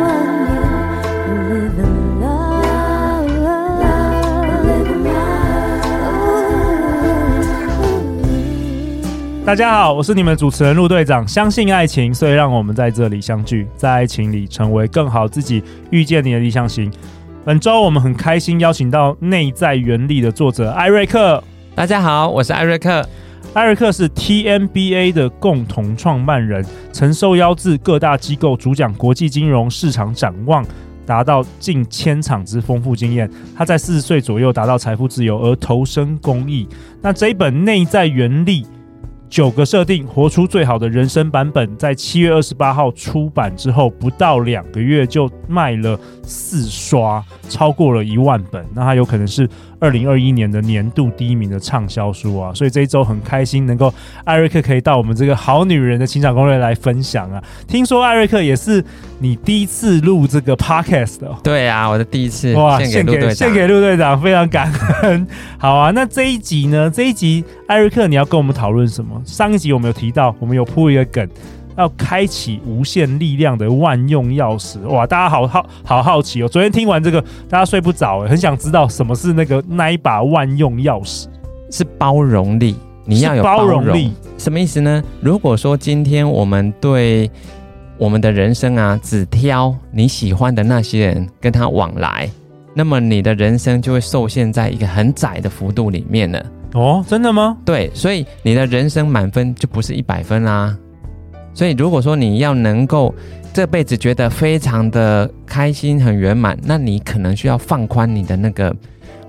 when you live in love, live in love. 大家好，我是你们主持人陆队长。相信爱情，所以让我们在这里相聚，在爱情里成为更好自己，遇见你的理想型。本周我们很开心邀请到《内在原理》的作者艾瑞克。大家好，我是艾瑞克。艾瑞克是 TMBA 的共同创办人，曾受邀至各大机构主讲国际金融市场展望，达到近千场之丰富经验。他在四十岁左右达到财富自由，而投身公益。那这一本《内在原力》。九个设定，活出最好的人生版本，在七月二十八号出版之后，不到两个月就卖了四刷，超过了一万本。那它有可能是二零二一年的年度第一名的畅销书啊！所以这一周很开心，能够艾瑞克可以到我们这个好女人的情场攻略来分享啊。听说艾瑞克也是你第一次录这个 podcast 的哦、对啊，我的第一次哇，献给陆队长献。给陆队长，非常感恩。 好啊，那这一集呢？这一集艾瑞克，你要跟我们讨论什么？上一集我们有提到，我们有铺一个梗，要开启无限力量的万用钥匙。哇，大家好好好好奇哦！昨天听完这个，大家睡不着、欸，很想知道什么是那个那一把万用钥匙。是包容力，你要有是包容力，什么意思呢？如果说今天我们对我们的人生啊，只挑你喜欢的那些人跟他往来，那么你的人生就会受限在一个很窄的幅度里面了。哦，真的吗？对，所以你的人生满分就不是一百分啦、啊所以如果说你要能够这辈子觉得非常的开心、很圆满，那你可能需要放宽你的那个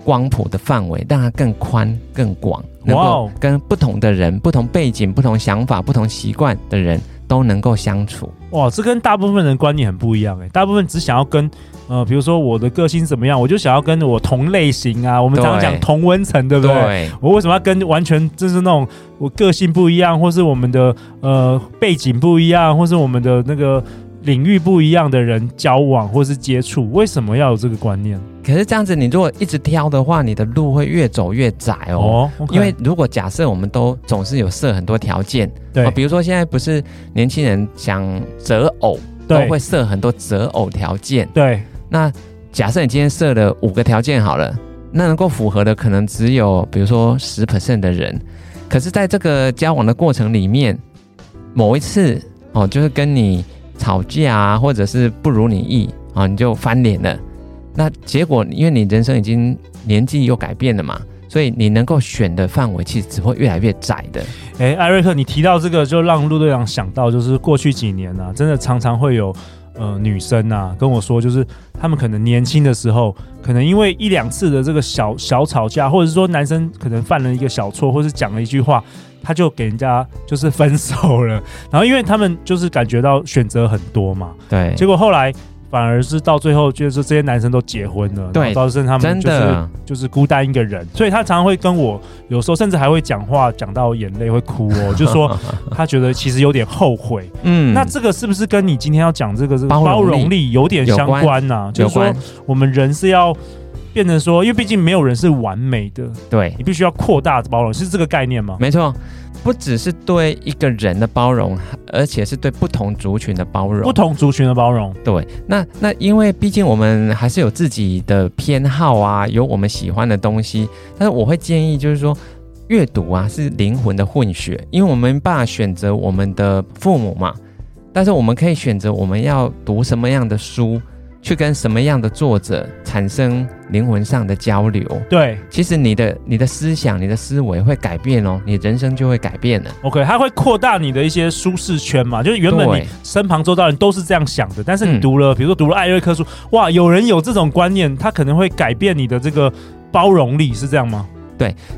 光谱的范围，让它更宽、更广，能哇够哦跟不同的人、不同背景、不同想法、不同习惯的人都能够相处。哇，这跟大部分人观念很不一样哎、大部分只想要跟呃，比如说我的个性怎么样，我就想要跟我同类型啊，我们常常讲对同温层，对不对？对我为什么要跟完全就是那种我个性不一样，或是我们的呃背景不一样，或是我们的那个领域不一样的人交往或是接触？为什么要有这个观念？可是这样子，你如果一直挑的话，你的路会越走越窄哦哦，因为如果假设我们都总是有设很多条件，对哦比如说现在不是年轻人想择偶，都对会设很多择偶条件。对那假设你今天设了五个条件好了，那能够符合的可能只有比如说十 percent 的人。可是，在这个交往的过程里面，某一次哦，就是跟你吵架啊，或者是不如你意啊、你就翻脸了。那结果，因为你人生已经年纪又改变了嘛，所以你能够选的范围其实只会越来越窄的。哎，艾瑞克，你提到这个，就让陆队长想到，就是过去几年啊，真的常常会有呃女生啊跟我说，就是他们可能年轻的时候，可能因为一两次的这个小小吵架，或者是说男生可能犯了一个小错，或是讲了一句话，他就给人家就是分手了。然后因为他们就是感觉到选择很多嘛，对，结果后来。反而是到最后，就是这些男生都结婚了，对然后造成他们真就是的就是孤单一个人，所以他常常会跟我，有时候甚至还会讲话讲到眼泪会哭 哦，就说他觉得其实有点后悔。嗯那这个是不是跟你今天要讲这个这个包容力容力有点相关呐、就有是说关我们人是要变成说，因为毕竟没有人是完美的，对你必须要扩大包容，是这个概念吗？没错，不只是对一个人的包容，而且是对不同族群的包容。不同族群的包容，对，那那因为毕竟我们还是有自己的偏好啊，有我们喜欢的东西，但是我会建议就是说。阅读啊是灵魂的混血，因为我们没办法选择我们的父母嘛，但是我们可以选择我们要读什么样的书，去跟什么样的作者产生灵魂上的交流。对其实你的你的思想、你的思维会改变哦，你人生就会改变了。 ，OK，它会扩大你的一些舒适圈嘛，就是原本对你身旁周遭人都是这样想的，但是你嗯读了，比如说读了艾瑞克书，哇，有人有这种观念，他可能会改变你的这个包容力，是这样吗？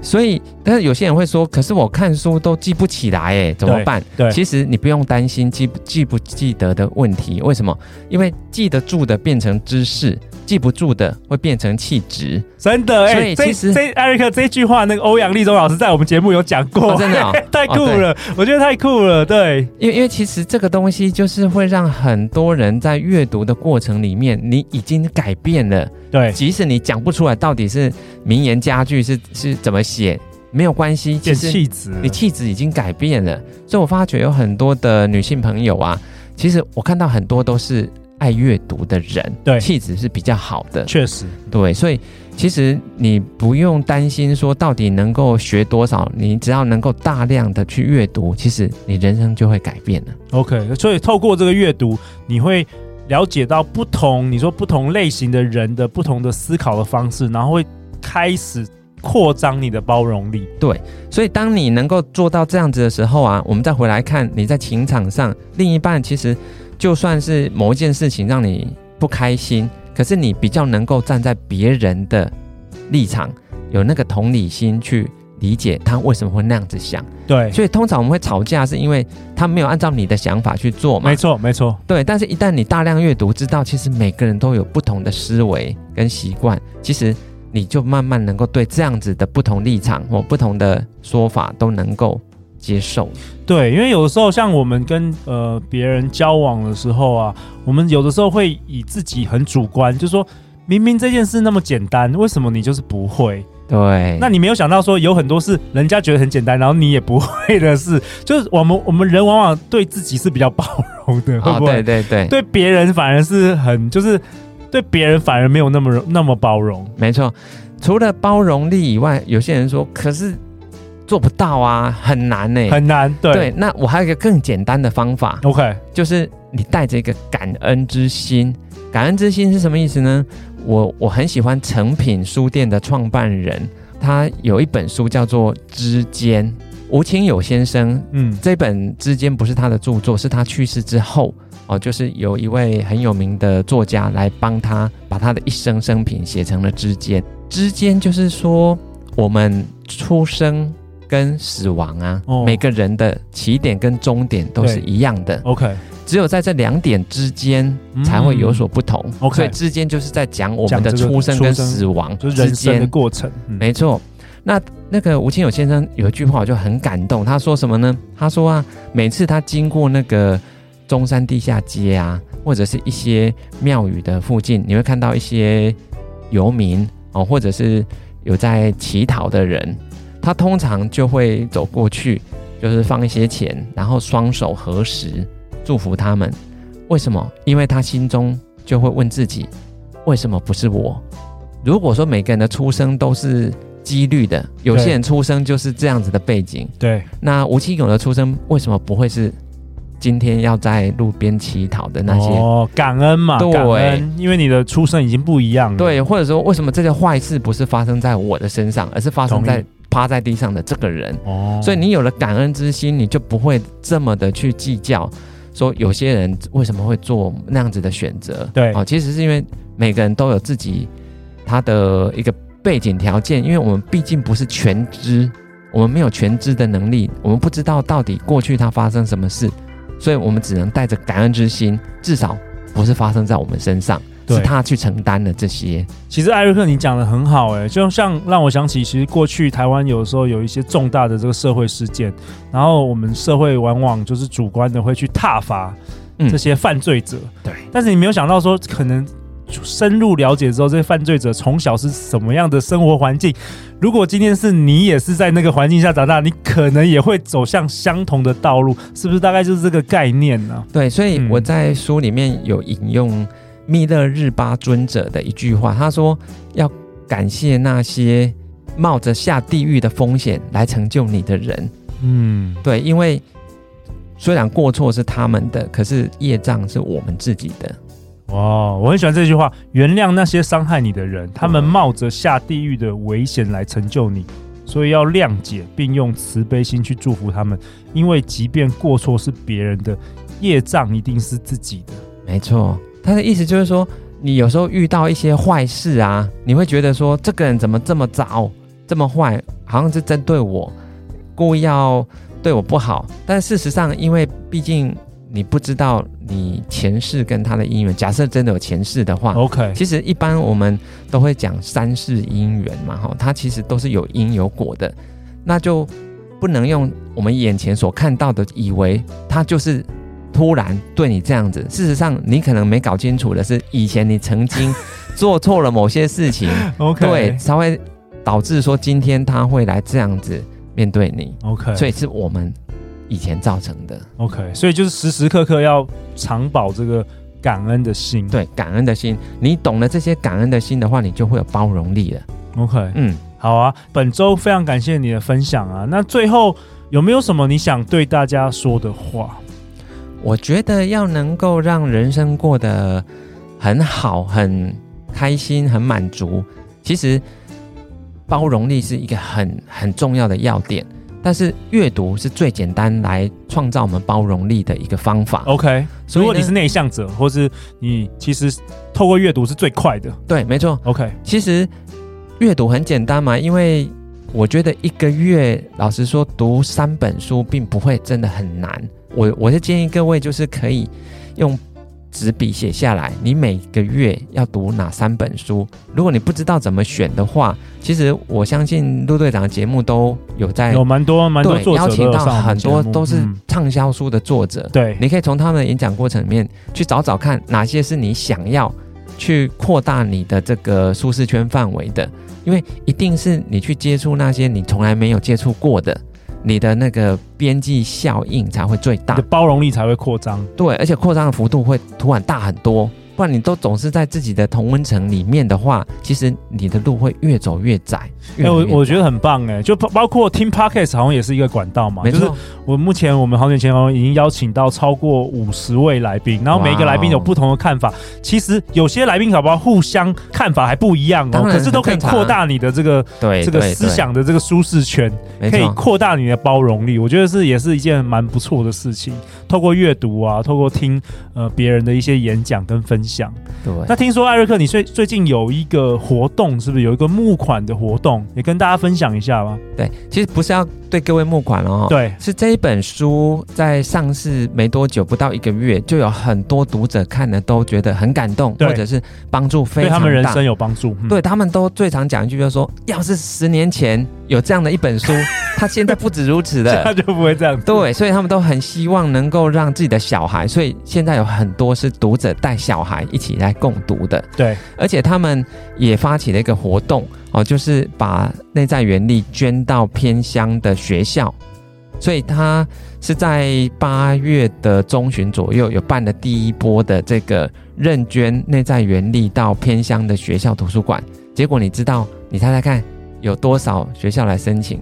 所以，但是有些人会说，可是我看书都记不起来，哎，怎么办？对，其实你不用担心记不记不记得的问题，为什么？因为记得住的变成知识，记不住的会变成气质。真的所哎、以这其实这艾瑞克这句话，那个欧阳立中老师在我们节目有讲过，哦真的哦 太酷哦对了、我觉得太酷了，对，因为因为其实这个东西就是会让很多人在阅读的过程里面，你已经改变了。对，即使你讲不出来到底是名言佳句是是怎么写，没有关系，其变实气质，你气质已经改变了。所以我发觉有很多的女性朋友啊，其实我看到很多都是爱阅读的人，对气质是比较好的，确实，对，所以其实你不用担心说到底能够学多少，你只要能够大量的去阅读，其实你人生就会改变了。 OK，所以透过这个阅读，你会了解到不同，你说不同类型的人的不同的思考的方式，然后会开始扩张你的包容力。所以当你能够做到这样子的时候啊，我们再回来看你在情场上，另一半其实就算是某一件事情让你不开心，可是你比较能够站在别人的立场，有那个同理心去理解他为什么会那样子想。对，所以通常我们会吵架，是因为他没有按照你的想法去做嘛没。错，没错，对，但是一旦你大量阅读，知道其实每个人都有不同的思维跟习惯，其实你就慢慢能够对这样子的不同立场或不同的说法都能够接受。对，因为有的时候像我们跟呃别人交往的时候啊，我们有的时候会以自己很主观，就说明明这件事那么简单，为什么你就是不会？对，那你没有想到说有很多是人家觉得很简单，然后你也不会的事，就是我们我们人往往对自己是比较包容的，会哦，不会对？对对，对别人反而是很就是对别人反而没有那么那么包容。没错。除了包容力以外，有些人说，可是做不到啊，很难呢、很难，对对，那我还有一个更简单的方法， o k 就是你带着一个感恩之心。感恩之心是什么意思呢？我我很喜欢诚品书店的创办人，他有一本书叫做《之间》，吴清友先生嗯，这本《之间》不是他的著作，是他去世之后哦，就是有一位很有名的作家来帮他把他的一生生平写成了《之间》。之间就是说我们出生跟死亡啊，哦每个人的起点跟终点都是对一样的。 ，OK，只有在这两点之间嗯才会有所不同。 OK 所以之间就是在讲我讲们的这个出生跟出生死亡就是之人生的间。过程，嗯没错。那那个吴清友先生有一句话我就很感动，他说什么呢？他说啊，每次他经过那个中山地下街啊，或者是一些庙宇的附近，你会看到一些游民哦，或者是有在乞讨的人，他通常就会走过去，就是放一些钱，然后双手合十祝福他们。为什么？因为他心中就会问自己，为什么不是我？如果说每个人的出生都是几率的，有些人出生就是这样子的背景，对，那吴奇勇的出生为什么不会是今天要在路边乞讨的那些？哦，感恩嘛，对感恩，因为你的出生已经不一样了，对，或者说为什么这些坏事不是发生在我的身上，而是发生同在意趴在地上的这个人？哦，所以你有了感恩之心，你就不会这么的去计较，说有些人为什么会做那样子的选择。对哦，其实是因为每个人都有自己他的一个背景条件，因为我们毕竟不是全知，我们没有全知的能力，我们不知道到底过去它发生什么事，所以我们只能带着感恩之心，至少不是发生在我们身上，对是他去承担了这些。其实艾瑞克，你讲的很好、欸，就像让我想起，其实过去台湾有时候有一些重大的这个社会事件，然后我们社会往往就是主观的会去挞伐嗯这些犯罪者，对但是你没有想到说，可能深入了解之后，这些犯罪者从小是什么样的生活环境，如果今天是你也是在那个环境下长大，你可能也会走向相同的道路，是不是？大概就是这个概念呢、对，所以嗯我在书里面有引用密勒日巴尊者的一句话，他说要感谢那些冒着下地狱的风险来成就你的人。嗯，对，因为虽然过错是他们的，可是业障是我们自己的。哇，我很喜欢这句话：原谅那些伤害你的人，他们冒着下地狱的危险来成就你，所以要谅解，并用慈悲心去祝福他们，因为即便过错是别人的，业障一定是自己的。没错，他的意思就是说，你有时候遇到一些坏事啊，你会觉得说这个人怎么这么糟，这么坏，好像是针对我，故意要对我不好。但事实上，因为毕竟你不知道你前世跟他的姻缘，假设真的有前世的话， OK，啊其实一般我们都会讲三世姻缘嘛，哈，它其实都是有因有果的，那就不能用我们眼前所看到的，以为它就是突然对你这样子。事实上，你可能没搞清楚的是，以前你曾经做错了某些事情， OK，对，才会导致说今天他会来这样子面对你， ，OK，所以是我们以前造成的。 OK，所以就是时时刻刻要常保这个感恩的心。对，感恩的心，你懂了这些感恩的心的话，你就会有包容力了。 ，OK，嗯。好啊，本周非常感谢你的分享啊。那最后有没有什么你想对大家说的话？我觉得要能够让人生过得很好、很开心、很满足，其实包容力是一个很很重要的要点。但是阅读是最简单来创造我们包容力的一个方法。 OK，哦如所以果呢你是内向者，或是你其实透过阅读是最快的。对，没错， OK，其实阅读很简单嘛，因为我觉得一个月，老实说，读三本书并不会真的很难。我我是建议各位就是可以用纸笔写下来，你每个月要读哪三本书。如果你不知道怎么选的话，其实我相信陆队长的节目都有在有蛮多蛮多哎对作者邀都请有到上我们很多节目都是嗯畅销书的作者，对你可以从他们的演讲过程里面去找找看哪些是你想要去扩大你的这个舒适圈范围的，因为一定是你去接触那些你从来没有接触过的，你的那个边际效应才会最你大的。包容力才会扩张。对，而且扩张的幅度会突然大很多，不然你都总是在自己的同温层里面的话，其实你的路会越走越窄。哎、越来我越我窄觉得很棒哎、就包包括听 Podcast 好像也是一个管道嘛，没就是错，我目前我们好久前哦已经邀请到超过五十位来宾，然后每一个来宾有不同的看法。其实有些来宾搞不好互相看法还不一样哦当，然可是都可以很正常啊扩大你的这个对这个对思对想的这个舒适圈，没可以错。扩大你的包容力。我觉得是也是一件蛮不错的事情。透过阅读啊，透过听呃别人的一些演讲跟分享。对，那听说艾瑞克，你最最近有一个活动，是不是有一个募款的活动？也跟大家分享一下吧。对，其实不是要对各位募款了哦，对，是这一本书在上市没多久，不到一个月，就有很多读者看了都觉得很感动，对或者是帮助非对常大。他们人生有帮助。嗯对他们都最常讲一句，就是说，要是十年前有这样的一 本书，他现在不止如此他的。就不会 这样。对，所以他们都很希望能够让自己的小孩，所以现在有很多是读者带小孩一起来共读的。对，而且他们也发起了一个活动哦，就是把内在原力捐到偏乡的学校，所以他是在八月的中旬左右有办了第一波的这个认捐内在原力到偏乡的学校图书馆。结果你知道，你猜猜看有多少学校来申请，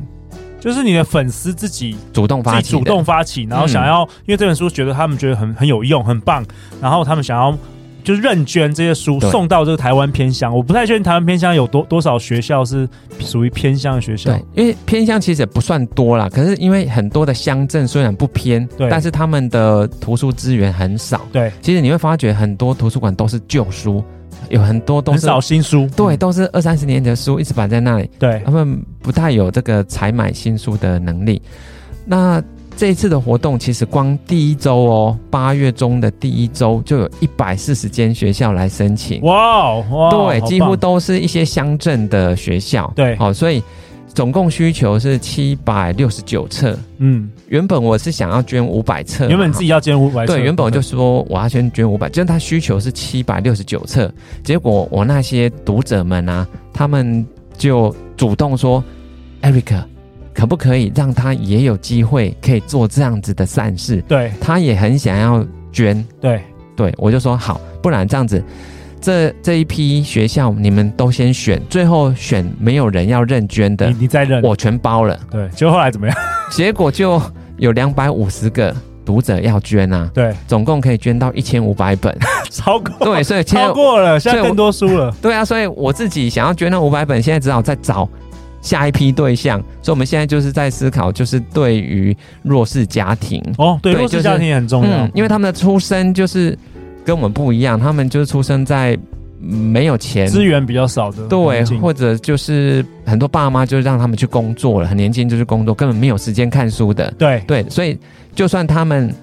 就是你的粉丝自己主动自发己起的？嗯主动发起，然后想要，因为这本书觉得他们觉得很很有用，很棒，然后他们想要。就是认捐这些书对送到这个台湾偏乡，我不太确定台湾偏乡有多多少学校是属于偏乡的学校对。，因为偏乡其实也不算多啦，可是因为很多的乡镇虽然不偏，对但是他们的图书资源很少。对，其实你会发觉很多图书馆都是旧书，有很多都很是少嗯新书。对，都是二三十年前的书一直摆在那里，对他们不太有这个采买新书的能力。那这一次的活动，其实光第一周哦，八月中的第一周就有一百四十间学校来申请，哇哦，哇哦，对，好几乎棒都是一些乡镇的学校，对好、所以总共需求是七百六十九册。嗯，原本我是想要捐五百册嘛，原本自己要捐五百，对，原本我就说我要先捐五百，就是他需求是七百六十九册，结果我那些读者们啊，他们就主动说，Eric，可不可以让他也有机会可以做这样子的善事？对他也很想要捐，对对我就说好，不然这样子，这这一批学校你们都先选，最后选没有人要认捐对，的你，你再认，我全包了。对，就后来怎么样？结果就有两百五十个读者要捐啊，对， 总共可以捐到一千五百本。超过对，所以现在超过了，现所以在更我多书了。对啊，所以我自己想要捐那五百本，现在只好再找下一批对象。所以我们现在就是在思考，就是对于弱势家庭，哦，对，对弱势就是家庭也很重要嗯，，因为他们的出生就是跟我们不一样，他们就是出生在嗯没有钱。资源比较少的对环，境，或者就是很多爸妈就让他们去工作了，很年轻就去工作，根本没有时间看书的。对对，所以就算他们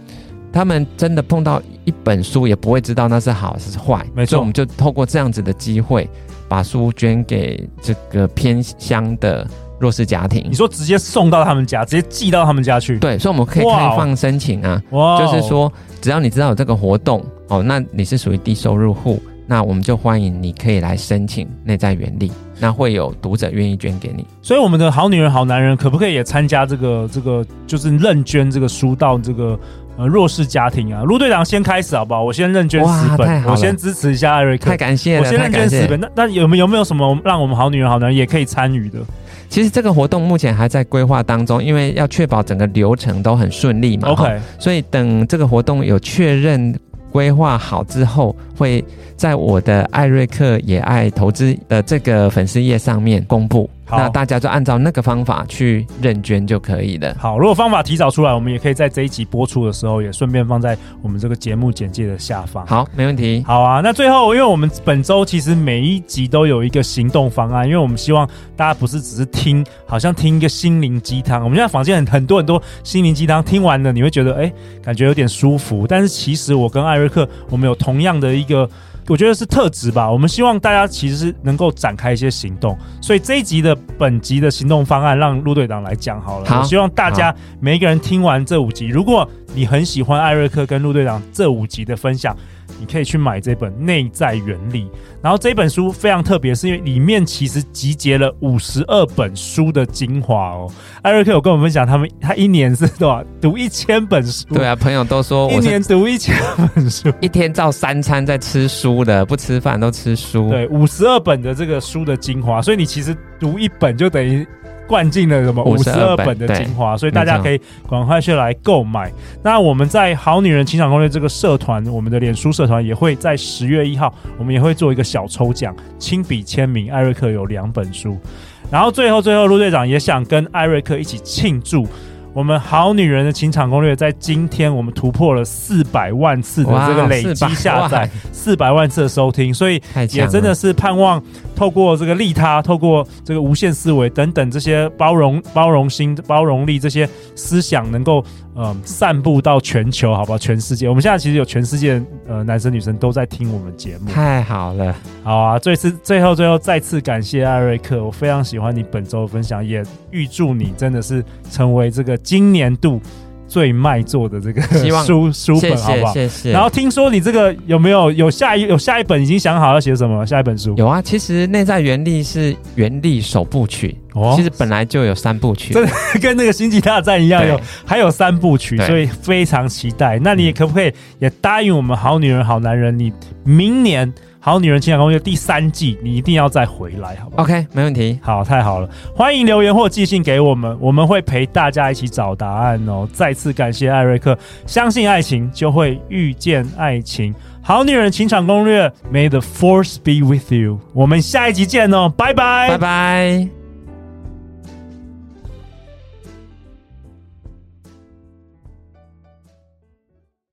他们真的碰到一本书也不会知道那是好是坏，没错所以我们就透过这样子的机会，把书捐给这个偏乡的弱势家庭你。说直接送到他们家，直接寄到他们家去，对，所以我们可以哇哦开放申请啊，哇哦就是，说只要你知道有这个活动哦，那你是属于低收入户，那我们就欢迎你可以来申请内在原力，那会有读者愿意捐给你。所以我们的好女人、好男人可不可以也参加这个这个，就是认捐这个书到这个呃弱势家庭啊？陆队长先开始好不好？我先认捐哇十太本，好了我先支持一下艾瑞克太。感谢我了，先太认感捐谢十了。本，那那有没有没有什么让我们好女人、好男人也可以参与的？其实这个活动目前还在规划当中，因为要确保整个流程都很顺利嘛。哈 OK，所以等这个活动有确认规划好之后，会在我的艾瑞克也爱投资的这个粉丝页上面公布。好那大家就按照那个方法去认捐就可以了。好，如果方法提早出来，我们也可以在这一集播出的时候，也顺便放在我们这个节目简介的下方。好，没问题。好啊，那最后，因为我们本周其实每一集都有一个行动方案，因为我们希望大家不是只是听，好像听一个心灵鸡汤。我们现在坊间很很多很多心灵鸡汤，听完了你会觉得哎、诶感觉有点舒服。但是其实我跟艾瑞克，我们有同样的一个，我觉得是特质吧。我们希望大家其实是能够展开一些行动，所以这一集的本集的行动方案让陆队长来讲好了。好我希望大啊家每一个人听完这五集，如果你很喜欢艾瑞克跟陆队长这五集的分享。你可以去买这本《内在原理》，然后这本书非常特别，是因为里面其实集结了五十二本书的精华哦。艾瑞克有跟我们分享，他们他一年是多少读一千本书，对啊，朋友都说一我是年读一千本书，一天照三餐在吃书的，不吃饭都吃书。对，五十二本的这个书的精华，所以你其实读一本就等于。灌进了什么五十二52本的本精华，所以大家可以赶快去来购买。那我们在《好女人情场攻略》这个社团，我们的脸书社团也会在十月一号，我们也会做一个小抽奖，亲笔签名，艾瑞克有两本书。然后最后最后，陆队长也想跟艾瑞克一起庆祝。我们好女人的情场攻略在今天我们突破了四百万次的这个累积下载哇，四百万次的收听，所以太强也了真的是盼望透过这个利他，透过这个无限思维等等这些包容、包容心、包容力这些思想，能够嗯、呃散布到全球，好不好？全世界，我们现在其实有全世界的呃男生女生都在听我们节目。太好了，好啊，最次最后最后再次感谢艾瑞克，我非常喜欢你本周的分享，也预祝你真的是成为这个今年度最卖座的这个 希望书书谢本，好不谢好？谢谢。然后听说你这个有没有有下一有下一本已经想好要写什么了下一本书？有啊，其实内在原力是原力首部曲，哦其实本来就有三部曲。真的跟那个星际大战一样，对有还有三部曲，对所以非常期待。那你也可不可以也答应我们《好女人好男人》，你明年《好女人情感攻略》第三季你一定要再回来，好不好？ OK，没问题。好，太好了！欢迎留言或寄信给我们，我们会陪大家一起找答案哦。再次感谢艾瑞克，相信爱情就会遇见爱情。好女人情场攻略，May the force be with you。我们下一集见哦，拜拜，拜拜。